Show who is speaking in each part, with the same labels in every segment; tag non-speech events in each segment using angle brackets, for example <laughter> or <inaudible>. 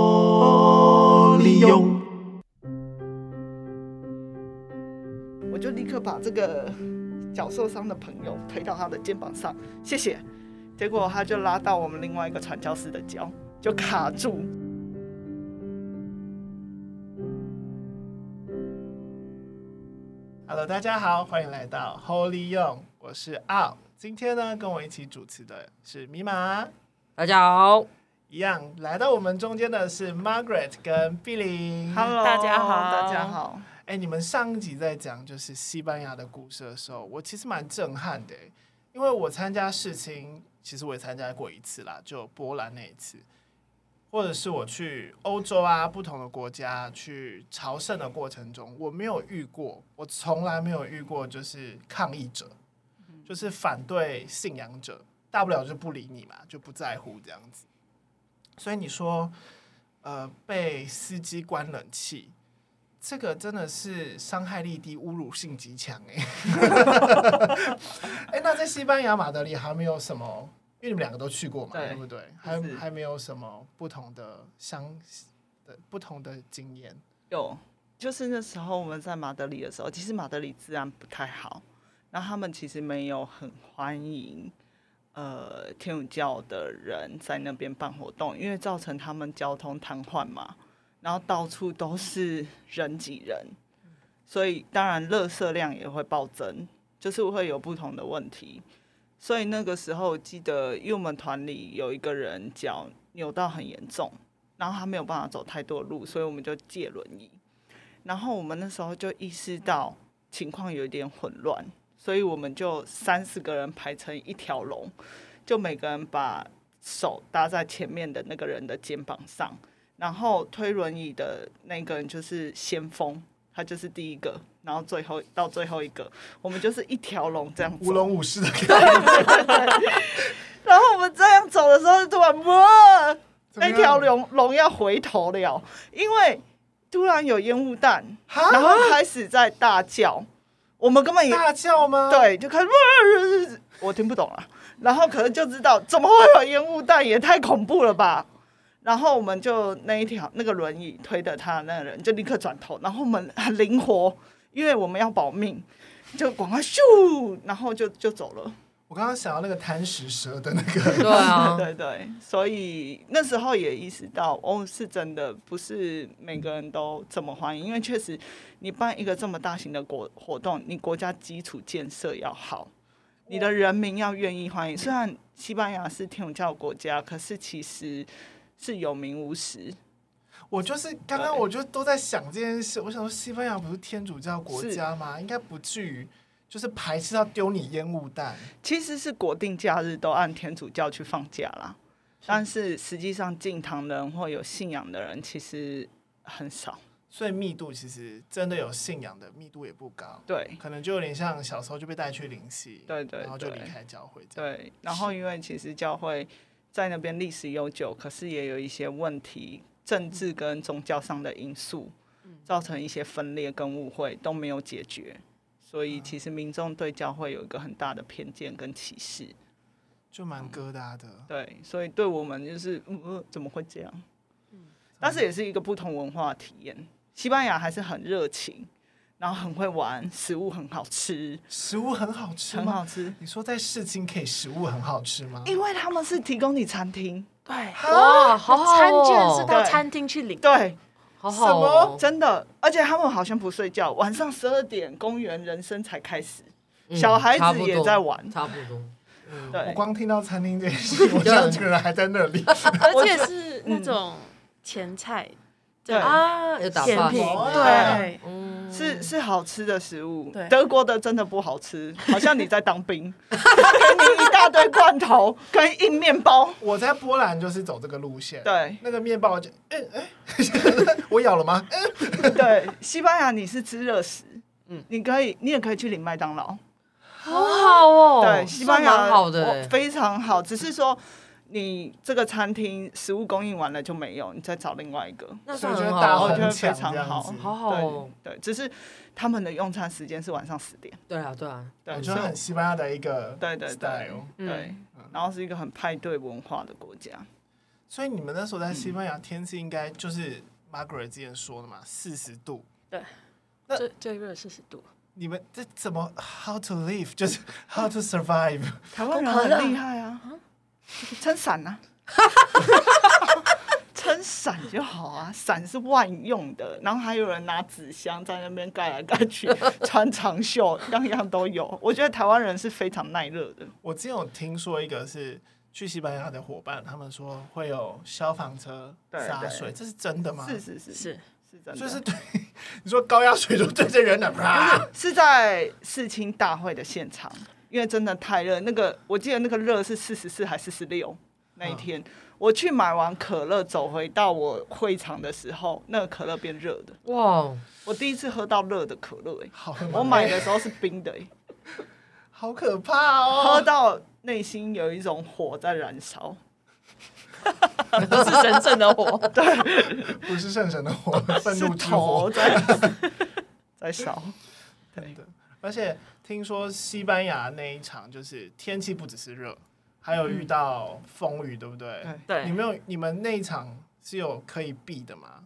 Speaker 1: 好利用。
Speaker 2: 我就立刻把这个脚受伤的朋友推到他的肩膀上，谢谢。结果他就拉到我们另外一个传教士的脚，就卡住。
Speaker 3: Hello，大家好，欢迎来到 Holy 用，我是 Out。今天呢，跟我一起主持的是米玛，
Speaker 4: 大家好，
Speaker 3: 一样来到我们中间的是 Margaret 跟碧玲。
Speaker 2: Hello，
Speaker 4: 大家好
Speaker 2: 大家好。
Speaker 3: 哎，你们上一集在讲就是西班牙的故事的时候，我其实蛮震撼的，因为我参加事情，其实我也参加过一次啦，就波兰那一次，或者是我去欧洲啊不同的国家去朝圣的过程中，我没有遇过，我从来没有遇过就是抗议者，就是反对信仰者，大不了就不理你嘛，就不在乎这样子。所以你说，呃，被司机关冷气，这个真的是伤害力低、侮辱性极强 <laughs> 哎、哎、那在西班牙马德里还没有什么，因为你们两个都去过嘛，
Speaker 2: 对
Speaker 3: 对不对？还
Speaker 2: 是
Speaker 3: 还没有什么不同的相的不同的经验。
Speaker 2: 有，就是那时候我们在马德里的时候，其实马德里治安不太好，然后他们其实没有很欢迎呃天主教的人在那边办活动，因为造成他们交通瘫痪嘛，然后到处都是人挤人，所以当然垃圾量也会暴增，就是会有不同的问题。所以那个时候，我记得因为我们团里有一个人脚扭到很严重，然后他没有办法走太多路，所以我们就借轮椅。然后我们那时候就意识到情况有一点混乱，所以我们就三十个人排成一条龙，就每个人把手搭在前面的那个人的肩膀上，然后推轮椅的那个人就是先锋，他就是第一个，然后最后到最后一个，我们就是一条龙这样
Speaker 3: 舞
Speaker 2: 走。
Speaker 3: 龙舞狮的感觉，
Speaker 2: 然后我们这样走的时候，就突然哇，
Speaker 3: 怎
Speaker 2: 那
Speaker 3: 么样
Speaker 2: 条龙龙要回头了，因为突然有烟雾弹，
Speaker 3: <laughs> 哈
Speaker 2: 然后开始在大叫，我们根本也
Speaker 3: 啊大叫吗？，
Speaker 2: 对，就开始哇，我听不懂了。然后可能就知道怎么会有烟雾弹，也太恐怖了吧。然后我们就那一条那个轮椅推的他那个人就立刻转头，然后我们很灵活，因为我们要保命，就赶快咻，然后就就走了。
Speaker 3: 我刚刚想到那个贪食蛇的那个， <laughs>
Speaker 4: 对啊，
Speaker 2: <laughs> 对对，所以那时候也意识到，哦，是真的，不是每个人都这么欢迎，因为确实，你办一个这么大型的国活动，你国家基础建设要好，你的人民要愿意欢迎。虽然西班牙是天主教国家，可是其实是有名无实，
Speaker 3: 我就是刚刚我就都在想这件事，我想说西班牙不是天主教国
Speaker 2: 是
Speaker 3: 家吗？应该不至于就是排斥到丢你烟雾弹。
Speaker 2: 其实是国定假日都按天主教去放假啦，但是实际上进堂的人或有信仰的人其实很少。
Speaker 3: 所以密度其实真的有信仰的密度也不高，
Speaker 2: 对，
Speaker 3: 可能就有点像小时候就被带去灵系，
Speaker 2: 对对
Speaker 3: 然后就
Speaker 2: 对
Speaker 3: 离开教会这样。
Speaker 2: 对，然后因为其实教会在那边历史悠久，可是也有一些问题，政治跟宗教上的因素，造成一些分裂跟误会都没有解决，所以其实民众对教会有一个很大的偏见跟歧视。
Speaker 3: 就蛮疙瘩的。
Speaker 2: 对，所以对我们就是，嗯，呃怎么会这样？嗯但是也是一个不同文化的体验。西班牙还是很热情，然后很会玩，食物很好吃，
Speaker 3: 食物很好吃
Speaker 2: 很
Speaker 3: 吗？
Speaker 2: 好吃，
Speaker 3: 你说在市青可以食物很好吃吗？
Speaker 2: 因为他们是提供你餐厅。
Speaker 4: 对，哇，好好
Speaker 5: 餐券是
Speaker 4: 哦，
Speaker 2: 그러니까
Speaker 5: 到餐厅去领，
Speaker 2: 对，
Speaker 4: 好
Speaker 3: 什
Speaker 4: 好
Speaker 3: 么
Speaker 4: 哦，
Speaker 2: 真的，而且他们好像不睡觉，晚上十二点公园人声才开始，
Speaker 4: 嗯
Speaker 2: 小孩
Speaker 4: 差不
Speaker 2: 子也
Speaker 4: 多
Speaker 2: 在玩。
Speaker 4: 差不多，
Speaker 3: 我
Speaker 2: 对，
Speaker 3: 光听到餐厅这件事，
Speaker 2: <laughs>
Speaker 3: 我整个人还在那里。
Speaker 5: 而且是那种前菜，
Speaker 2: 对
Speaker 4: 啊，有打
Speaker 5: 咸
Speaker 4: 发
Speaker 5: 品
Speaker 3: 哦，
Speaker 5: 对，
Speaker 4: 嗯，
Speaker 2: 是是好吃的食物
Speaker 5: 对。
Speaker 2: 德国的真的不好吃，好像你在当兵， <laughs> 他给你一大堆罐头跟硬面包。
Speaker 3: 我在波兰就是走这个路线，
Speaker 2: 对
Speaker 3: 那个面包就，嗯嗯， <laughs> 我咬了吗？嗯
Speaker 2: 对，西班牙你是吃热食，嗯，你可以，你也可以去领麦当劳。
Speaker 4: 好好哦，
Speaker 2: 对，西
Speaker 4: 算
Speaker 2: 班牙
Speaker 4: 蛮好
Speaker 2: 我
Speaker 4: 的，
Speaker 2: 非常好，只是说。你这个餐厅食物供应完了就没有，你再找另外一个。
Speaker 4: 那
Speaker 3: 所
Speaker 4: 算
Speaker 3: 以就
Speaker 4: 很
Speaker 3: 大
Speaker 4: 好
Speaker 2: 我
Speaker 3: 红
Speaker 2: 觉得
Speaker 4: 哦，
Speaker 3: 墙
Speaker 2: 非常
Speaker 3: 这样子
Speaker 2: 好，
Speaker 4: 好好哦，
Speaker 2: 对，对，只是他们的用餐时间是晚上十点，
Speaker 4: 对啊对啊，
Speaker 2: 对，
Speaker 3: 我觉
Speaker 2: 所以
Speaker 3: 哦得很西班牙的一个
Speaker 2: 对对对嗯
Speaker 3: style。
Speaker 2: 对，然后是一个很派对文化的国家，
Speaker 3: 所以你们那时候在西班牙天气应该就是 Margaret 之前说的嘛，四十度。那
Speaker 5: 最最热四十度，
Speaker 3: 你们这怎么 how to live 就是 how to survive？
Speaker 2: 台湾人很厉害啊，撑伞 <laughs> 呐，撑伞就好啊，伞是万用的。然后还有人拿纸箱在那边盖来盖 <laughs> 去，穿长袖，样样都有。我觉得台湾人是非常耐热的。
Speaker 3: 我之前有听说一个是去西班牙的伙伴，他们说会有消防车
Speaker 2: 对
Speaker 3: 洒
Speaker 2: 对
Speaker 3: 水，这是真的吗？
Speaker 2: 是是是
Speaker 5: 是
Speaker 2: 是真的，
Speaker 3: 就是对你说高压水柱对着人的
Speaker 2: <laughs>
Speaker 3: 啪，
Speaker 2: 是在世青大会的现场，因为真的太热。那个我记得那个热是四十四还四十六那
Speaker 3: 嗯
Speaker 2: 一天，我去买完可乐走回到我会场的时候，那个可乐变热的。
Speaker 4: 哇，
Speaker 2: 我第一次喝到热的可乐、欸，
Speaker 3: 好了吗，
Speaker 2: 我买的时候是冰的、欸，
Speaker 3: 好可怕
Speaker 2: 喝
Speaker 3: 哦！
Speaker 2: 到内心有一种火在燃烧。
Speaker 5: <laughs> 不是神圣的火。
Speaker 3: 不是圣神的火，愤
Speaker 2: 是
Speaker 3: 怒之
Speaker 2: 头
Speaker 3: 火，
Speaker 2: 在在
Speaker 3: <laughs>
Speaker 2: 烧，
Speaker 3: 真的。而且听说西班牙那一场就是天气不只是热，还有遇到风雨，对不对？
Speaker 2: 对
Speaker 3: 你
Speaker 5: 对，
Speaker 3: 们有你们那一场是有可以避的吗？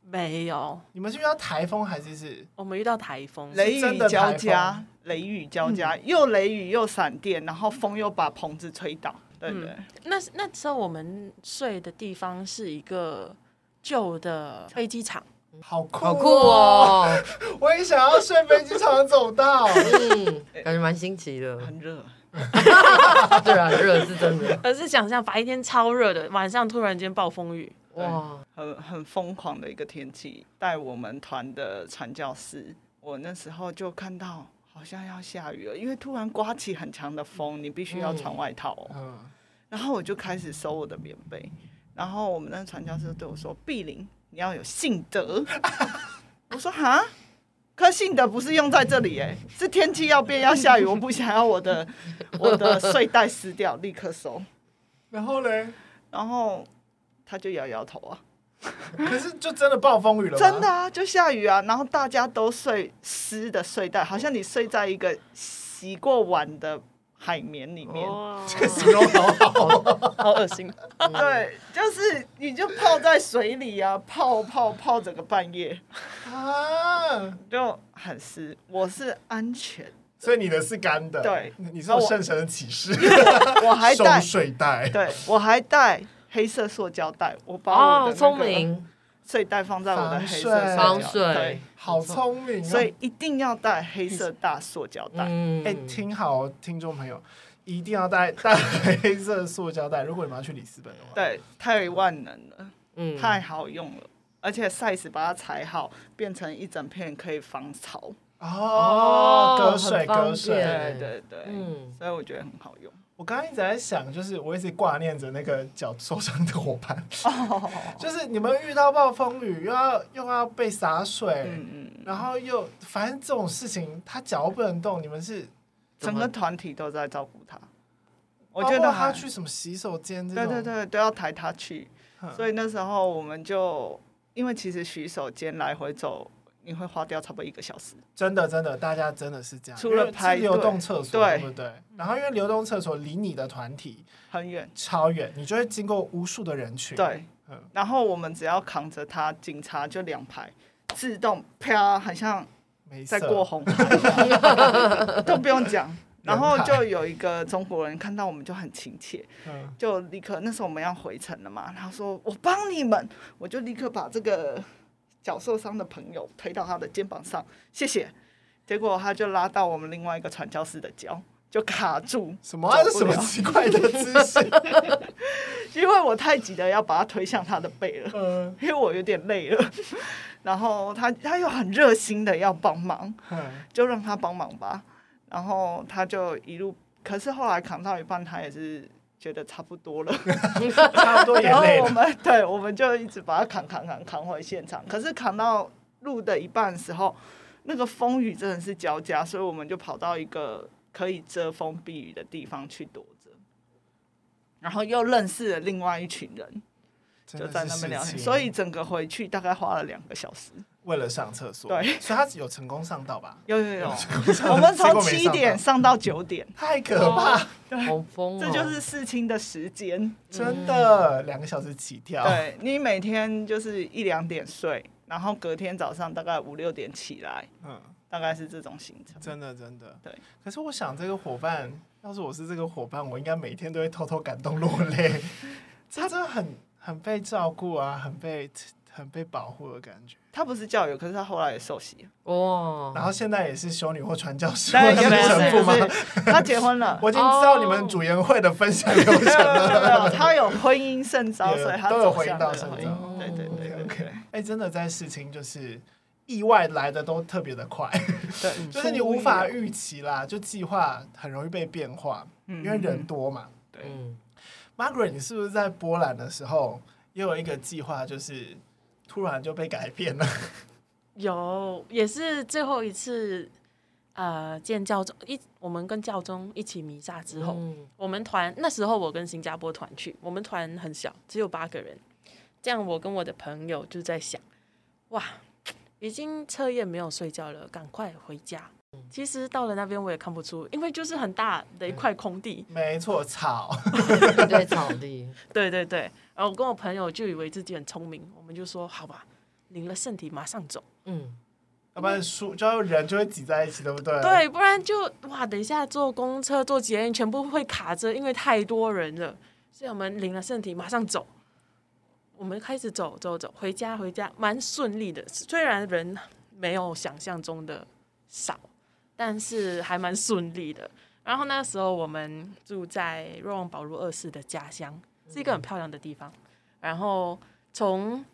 Speaker 5: 没有，
Speaker 3: 你们是遇到台风还是是？
Speaker 5: 我们遇到台风，
Speaker 2: 雷
Speaker 3: 真
Speaker 2: 雨
Speaker 3: 的
Speaker 2: 交
Speaker 3: 台
Speaker 2: 加
Speaker 3: 风，嗯
Speaker 2: 雷雨交加，又雷雨又闪电，然后风又把棚子吹倒，对不对？
Speaker 3: 嗯
Speaker 5: 那那时候我们睡的地方是一个旧的飞机场，
Speaker 3: 好酷、
Speaker 4: 好酷！哦！
Speaker 3: 我也想要睡飞机场的走道。
Speaker 4: 嗯，感觉蛮新奇的。
Speaker 2: 很热，
Speaker 4: 对啊，热是真的。
Speaker 5: 而是想象白天超热的，晚上突然间暴风雨，
Speaker 4: 哇，
Speaker 2: 很很疯狂的一个天气。带我们团的传教士，我那时候就看到好像要下雨了，因为突然刮起很强的风，你必须要穿外套哦。
Speaker 3: <laughs> 嗯，
Speaker 2: 然后我就开始收我的棉被，然后我们那个传教士就对我说：“碧玲，你要有信德。” <laughs> 我说：“哈，可信德不是用在这里、欸，是天气要变要下雨，我不想要我的我的睡袋湿掉，立刻收。
Speaker 3: 然后嘞，”
Speaker 2: 然后他就摇摇头啊，
Speaker 3: 可是就真的暴风雨了吗，
Speaker 2: 真的啊，就下雨啊，然后大家都睡湿的睡袋，好像你睡在一个洗过碗的海绵里面。
Speaker 5: 哦，
Speaker 3: 这个形容好 <laughs> 好。
Speaker 5: 好恶心。
Speaker 2: 对，就是你就泡在水里啊，泡泡泡整个半夜，
Speaker 3: 啊！
Speaker 2: 就很湿。我是安全，
Speaker 3: 所以你的是干的，
Speaker 2: 对
Speaker 3: 你受圣神的启 <laughs> 示，
Speaker 2: 我还
Speaker 3: 收
Speaker 2: 带，
Speaker 3: 睡袋，
Speaker 2: 对我还带黑色塑胶袋，我把我
Speaker 4: 哦，
Speaker 2: 的
Speaker 4: 聪
Speaker 2: 那个
Speaker 4: 明，
Speaker 2: 睡袋放在我的黑色塑胶
Speaker 3: 对
Speaker 4: 防
Speaker 2: 对
Speaker 4: 水，
Speaker 3: 好聪明、哦。
Speaker 2: 所以一定要带黑色大塑胶袋。
Speaker 4: 嗯
Speaker 3: 哎、听好，听众朋友，一定要带带黑色塑胶袋，如果你们要去里斯本的话。
Speaker 2: 对，太万能了，
Speaker 4: 嗯
Speaker 2: 太好用了，而且 size 把它裁好，变成一整片可以防潮。
Speaker 3: 哦
Speaker 4: 哦，
Speaker 3: 隔水
Speaker 4: 很方
Speaker 3: 隔水。
Speaker 4: 便
Speaker 2: 对对对，
Speaker 4: 嗯
Speaker 2: 所以我觉得很好用。
Speaker 3: 我刚刚一直在想，就是我一直挂念着那个脚受伤的伙伴，
Speaker 2: 哦
Speaker 3: <laughs> 就是你们遇到暴风雨，又要又要被洒水，
Speaker 2: 嗯嗯。
Speaker 3: 然后又反正这种事情，他脚不能动，你们是
Speaker 2: 整个团体都在照顾他。我
Speaker 3: 包
Speaker 2: 觉
Speaker 3: 括
Speaker 2: 得
Speaker 3: 他
Speaker 2: 还
Speaker 3: 去什么洗手间这
Speaker 2: 对
Speaker 3: 种，
Speaker 2: 对对，都要抬他去。
Speaker 3: 嗯
Speaker 2: 所以那时候我们就，因为其实洗手间来回走，你会花掉差不多一个小时。
Speaker 3: 真的真的，大家真的是这样，
Speaker 2: 除了
Speaker 3: 因为是
Speaker 2: 排队
Speaker 3: 流动厕所，
Speaker 2: 对
Speaker 3: 对不对？然后因为流动厕所离你的团体
Speaker 2: 很远。
Speaker 3: 超远，你就会经过无数的人群，
Speaker 2: 对
Speaker 3: 嗯，
Speaker 2: 然后我们只要扛着他，警察就两排自动啪，好像
Speaker 3: 没
Speaker 2: 在
Speaker 3: 色
Speaker 2: 过红海一样，都不用讲。然后就有一个中国人看到我们就很亲切，
Speaker 3: 嗯
Speaker 2: 就立刻那时候我们要回程了嘛，他说我帮你们，我就立刻把这个脚受伤的朋友推到他的肩膀上，谢谢。结果他就拉到我们另外一个传教士的脚，就卡住，
Speaker 3: 什么、啊？这
Speaker 2: 走
Speaker 3: 什
Speaker 2: 不
Speaker 3: 么
Speaker 2: 了
Speaker 3: 奇怪的姿
Speaker 2: <laughs>
Speaker 3: 势？
Speaker 2: 因为我太急的要把他推向他的背了，
Speaker 3: 嗯
Speaker 2: 因为我有点累了。 <laughs> 然后他他又很热心的要帮忙，
Speaker 3: 嗯
Speaker 2: 就让他帮忙吧。然后他就一路，可是后来扛到一半，他也是觉得差不多了。
Speaker 3: 差不多 <laughs> 也
Speaker 2: 然后
Speaker 3: 累
Speaker 2: 我
Speaker 3: 了。
Speaker 2: 们对，我们就一直把它扛扛扛扛回现场。可是扛到路的一半的时候，那个风雨真的是交加，所以我们就跑到一个可以遮风避雨的地方去躲着。然后又认识了另外一群人，
Speaker 3: 真
Speaker 2: 就
Speaker 3: 的
Speaker 2: 在
Speaker 3: 是
Speaker 2: 那边聊
Speaker 3: 事
Speaker 2: 天，
Speaker 3: 情
Speaker 2: 所以整个回去大概花了两个小时。
Speaker 3: 为了上厕所，
Speaker 2: 对
Speaker 3: 所以他有成功上
Speaker 2: <laughs>
Speaker 3: 到吧？
Speaker 2: 有有有，
Speaker 3: <laughs> 我
Speaker 2: 我们从七点上到九点，
Speaker 3: 太可怕，
Speaker 4: 好疯哦！
Speaker 2: 这就是事情的时
Speaker 3: 嗯
Speaker 2: 间。
Speaker 3: 真的两个小时起
Speaker 2: 嗯
Speaker 3: 跳，
Speaker 2: 对你每天就是一两点睡，然后隔天早上大概五六点起来，
Speaker 3: 嗯，
Speaker 2: 大概是这种行程。
Speaker 3: 真的真的。
Speaker 2: 对，
Speaker 3: 可是我想这个伙伴，要是我是这个伙伴，我应该每天都会偷偷感动落泪。
Speaker 2: <laughs>
Speaker 3: 他真的很很被照顾啊，很被很被保护的感觉。
Speaker 2: 他不是教友，可是他后来也受
Speaker 3: <laughs>
Speaker 2: 洗了，
Speaker 3: 然
Speaker 4: 哇，
Speaker 3: 后
Speaker 2: 哦
Speaker 3: 现在也是修女或传教士或
Speaker 2: 啊但
Speaker 3: 者
Speaker 2: 也不
Speaker 3: 是神
Speaker 2: 是哦
Speaker 3: 父吗？
Speaker 2: 不是， <laughs> 他结婚了。
Speaker 3: <laughs> 我已经知道你们主研会的分享流程
Speaker 2: 没有 <laughs> 没有
Speaker 3: 了。
Speaker 2: 没有没有，他有婚姻圣招，
Speaker 3: 也
Speaker 2: 所以他
Speaker 3: 都有
Speaker 2: 走
Speaker 3: 回
Speaker 2: 向
Speaker 3: 到
Speaker 2: 这
Speaker 3: 圣
Speaker 2: 个婚
Speaker 3: 招
Speaker 2: 姻对对对
Speaker 3: OK
Speaker 2: 对
Speaker 3: OK，
Speaker 2: 对
Speaker 3: 哎、真的在事情就是意外来的都特别的快，
Speaker 5: 嗯
Speaker 2: 对，
Speaker 3: 就是你无法预期啦，就计划很容易被变化，因为
Speaker 5: 嗯
Speaker 3: 人多嘛。
Speaker 4: 嗯，
Speaker 3: Margaret，你是不是在波兰的时候也有一个计划，就是突然就被改变了？ <laughs>
Speaker 5: 有，也是最后一次，呃，见教宗一，我们跟教宗一起弥撒之后，
Speaker 4: 嗯
Speaker 5: 我们团那时候我跟新加坡团去，我们团很小，只有八个人。这样我跟我的朋友就在想，哇，已经彻夜没有睡觉了，赶快回家。其实到了那边我也看不出，因为就是很大的一块空地。
Speaker 3: 没错，草。
Speaker 4: 对，草地，
Speaker 5: 对对对，然后我跟我朋友就以为自己很聪明，我们就说好吧，领了圣体马上走。
Speaker 4: 嗯，
Speaker 3: 要不然书就人就会挤在一起，对不对？
Speaker 5: 对，不然就哇，等一下坐公车、坐捷运全部会卡着，因为太多人了。所以我们领了圣体，马上走。我们开始走走走，回家回家，蛮顺利的。虽然人没有想象中的少，但是还蛮顺利的。然后那时候我们住在若望保罗二世的家乡，是一个很漂亮的地方。然后从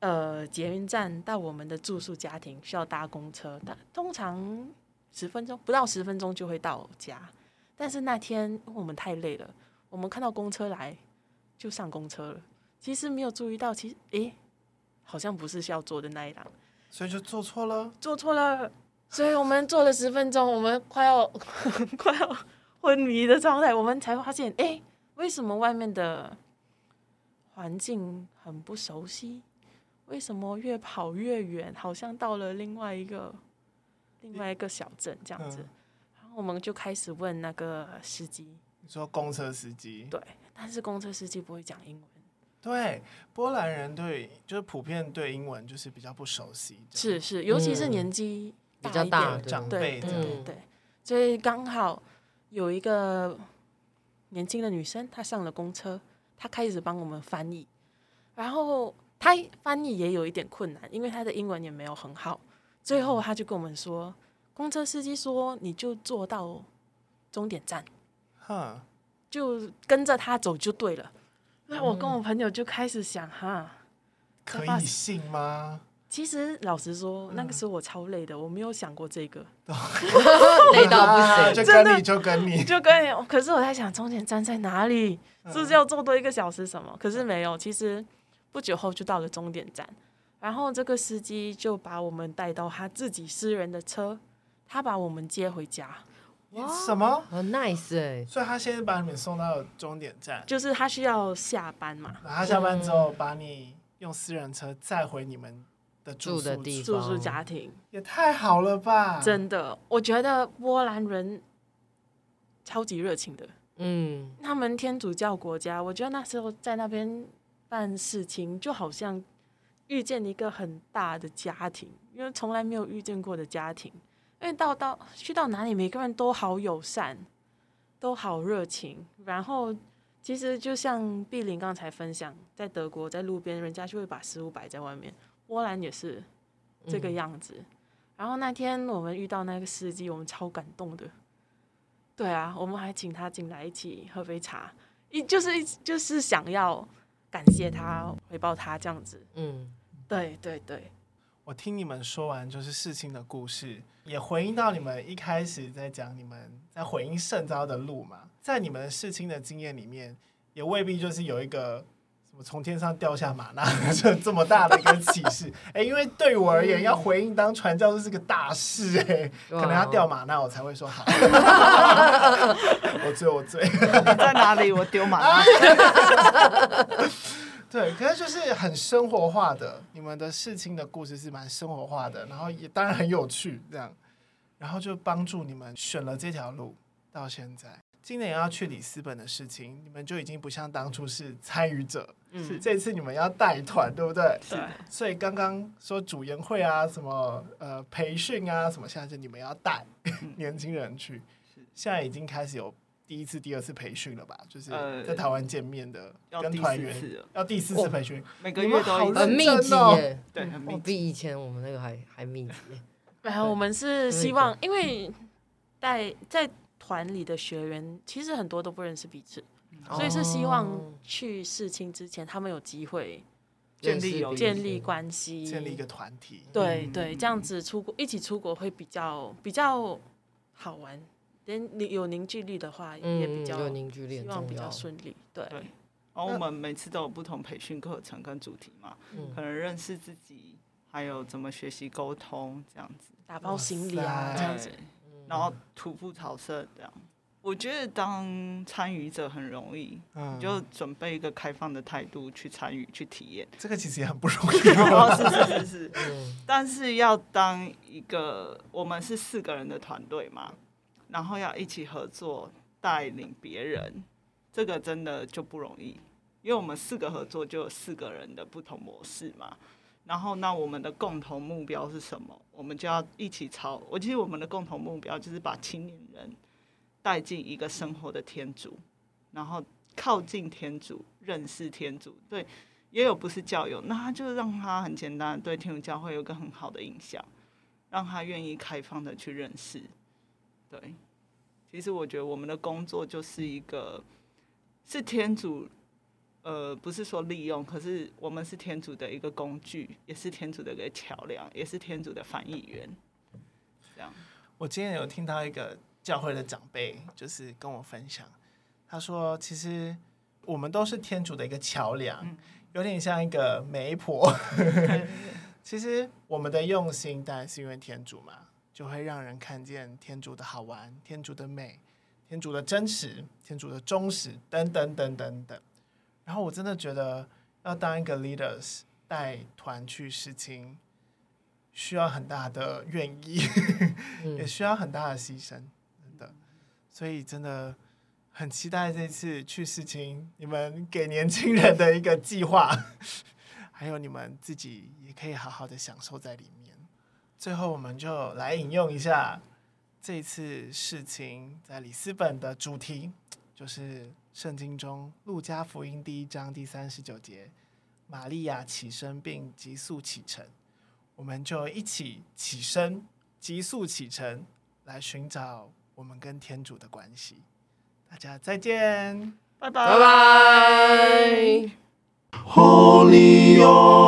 Speaker 5: 呃捷运站到我们的住宿家庭需要搭公车，但通常十分钟不到十分钟就会到家。但是那天因为我们太累了，我们看到公车来就上公车了。其实没有注意到，其实诶，好像不是要坐的那一辆，
Speaker 3: 所以就做错了。
Speaker 5: 坐错了。所以我们坐了十分钟，我们快要 <laughs> 快要昏迷的状态，我们才发现，诶，为什么外面的环境很不熟悉？为什么越跑越远，好像到了另外一个另外一个小镇这样子？
Speaker 3: 嗯
Speaker 5: 然后我们就开始问那个司机，
Speaker 3: 你说公车司机？
Speaker 5: 对，但是公车司机不会讲英文，
Speaker 3: 对，波兰人对就是普遍对英文就是比较不熟悉，这样
Speaker 5: 是是，尤其是
Speaker 4: 嗯
Speaker 5: 年纪
Speaker 4: 比
Speaker 5: 大
Speaker 4: 较
Speaker 5: 一
Speaker 4: 大
Speaker 5: 点
Speaker 4: 的
Speaker 3: 长
Speaker 5: 对
Speaker 3: 辈这
Speaker 5: 对
Speaker 4: 嗯
Speaker 3: 样
Speaker 5: 对对，所以刚好有一个年轻的女生，她上了公车，她开始帮我们翻译，然后她翻译也有一点困难，因为她的英文也没有很好。最后她就跟我们说，公车司机说你就坐到终点站，
Speaker 3: 哼，
Speaker 5: 就跟着他走就对了。那我跟我朋友就开始想哈。
Speaker 3: 可
Speaker 5: 发
Speaker 3: 以信吗？
Speaker 5: 其实老实说，那个时候我超累的，我没有想过这个。
Speaker 4: 累到
Speaker 3: 啊
Speaker 4: 不
Speaker 3: <laughs> 就
Speaker 4: 行，
Speaker 3: 跟你就跟你，
Speaker 5: <laughs> 就跟，可是我在想终点站在哪里，是不是要坐多一个小时什么？可是没有，其实不久后就到了终点站，然后这个司机就把我们带到他自己私人的车，他把我们接回家，
Speaker 3: 什么？
Speaker 4: 很 nice 哎，
Speaker 3: 所以他先把你们送到终点站，
Speaker 5: 就是他需要下班嘛，
Speaker 3: 然后他下班之后把你用私人车载回你们的
Speaker 4: 住
Speaker 3: 宿
Speaker 4: 的地
Speaker 3: 处
Speaker 5: 住宿家庭。
Speaker 3: 也太好了吧！
Speaker 5: 真的，我觉得波兰人超级热情的，
Speaker 4: 嗯，
Speaker 5: 他们天主教国家，我觉得那时候在那边办事情，就好像遇见一个很大的家庭，因为从来没有遇见过的家庭。因为到到去到哪里，每个人都好友善，都好热情。然后其实就像碧玲刚才分享，在德国在路边，人家就会把食物摆在外面，波兰也是
Speaker 4: 嗯
Speaker 5: 这
Speaker 3: 嗯
Speaker 5: 个样子。然后那天我们遇到那个司机，我们超感动的。对啊，我们还请他进来一起喝杯茶，一就是一就是想要感谢他，回报他这样子。
Speaker 4: 嗯，
Speaker 5: 对对对，
Speaker 3: 我听你们说完就是事情的故事，也回应到你们一开始在讲你们在回应圣招的路嘛，在你们事情的经验里面，也未必就是有一个什么从天上掉下马那 <laughs> 这这么大的一个启示。哎、因为对我而言，要回应当传教士是个大事哎、
Speaker 4: 对啊
Speaker 3: 可能要掉马那我才会
Speaker 4: <laughs>
Speaker 3: 说好，我醉我醉。 <laughs>
Speaker 2: 你在哪里？我丢马拉。
Speaker 3: 对，可是就是很生活化的，你们的事情的故事是蛮生活化的，然后也当然很有趣，这样，然后就帮助你们选了这条路到现在。今年要去里斯本的事情，你们就已经不像当初是参与者，
Speaker 5: 嗯，
Speaker 3: 这次你们要带团，对不对？
Speaker 5: 对，
Speaker 3: 所以刚刚说主研会啊，什么呃培训啊，什么，现在就你们要带
Speaker 2: 嗯
Speaker 3: <laughs> 年轻人去，现在已经开始有第一次、第二次培训了吧？就是
Speaker 2: 呃
Speaker 3: 在台湾见面的
Speaker 2: 要
Speaker 3: 跟
Speaker 2: 第
Speaker 3: 团
Speaker 2: 四
Speaker 3: 员
Speaker 2: 次了
Speaker 3: 要第四次培训，
Speaker 2: 每个
Speaker 3: 你
Speaker 2: 月
Speaker 3: 们好
Speaker 2: 都一
Speaker 3: 认
Speaker 4: 很
Speaker 2: 次，
Speaker 4: 密
Speaker 3: 真
Speaker 4: 集
Speaker 3: 哦
Speaker 4: 耶，
Speaker 2: 对，很密
Speaker 4: 哦，
Speaker 2: 集。
Speaker 4: 比以前我们那个还还密集耶。
Speaker 5: 然后我们是希望，因为带在团里的学员其实很多都不认识彼此，所以是希望
Speaker 4: 哦
Speaker 5: 去试亲之前，他们有机会
Speaker 2: 建立
Speaker 4: 认识彼此
Speaker 5: 建立关系，
Speaker 3: 哦建立一个团体。
Speaker 5: 对
Speaker 2: 嗯
Speaker 5: 对，这样子出国一起出国会比较比较好玩，连你有凝聚力的话也比
Speaker 4: 嗯，
Speaker 5: 较
Speaker 4: 有凝聚力
Speaker 5: 希
Speaker 4: 很
Speaker 5: 望比
Speaker 4: 重
Speaker 5: 较
Speaker 4: 要。
Speaker 5: 顺利。对，
Speaker 2: 对然后我们每次都有不同培训课程跟主题嘛，
Speaker 4: 嗯
Speaker 2: 可能认识自己，还有怎么学习沟通这样子。
Speaker 5: 打包行李啊
Speaker 3: 哇塞
Speaker 5: 这样子
Speaker 2: 对，然后徒步草色这样。我觉得当参与者很容易，
Speaker 3: 嗯，
Speaker 2: 你就准备一个开放的态度去参与、去体验。
Speaker 3: 这个其实也很不容易。
Speaker 2: 然后是是是是，
Speaker 4: 嗯
Speaker 2: 但是要当一个我们是四个人的团队嘛，然后要一起合作带领别人，这个真的就不容易，因为我们四个合作就有四个人的不同模式嘛。然后，那我们的共同目标是什么？我们就要一起朝。我其实我们的共同目标就是把青年人带进一个生活的天主，然后靠近天主，认识天主，对也有不是教友，那他就让他很简单地对天主教会有一个很好的影响，让他愿意开放的去认识。对，其实我觉得我们的工作就是一个是天主，呃，不是说利用，可是我们是天主的一个工具，也是天主的一个桥梁，也是天主的翻译员。这样，
Speaker 3: 我今天有听到一个教会的长辈，就是跟我分享，他说其实我们都是天主的一个桥梁，有点像一个媒婆。 <laughs> 其实我们的用心当然是因为天主嘛，就会让人看见天主的好玩、天主的美、天主的真实、天主的忠实等等等等等。然后我真的觉得要当一个 leaders 带团去事情，需要很大的愿意。也
Speaker 4: 嗯，
Speaker 3: 需要很大的牺牲，真的。所以真的很期待这次去事情，你们给年轻人的一个计划， <laughs> 还有你们自己也可以好好的享受在里面。最后，我们就来引用一下这次事情在里斯本的主题，就是圣经中路加福音第一章第三十九节：“玛利亚起身并急速启程。”我们就一起起身，急速启程，来寻找我们跟天主的关系。大家再见。
Speaker 2: 拜拜
Speaker 4: 拜拜。
Speaker 1: Holy 哟。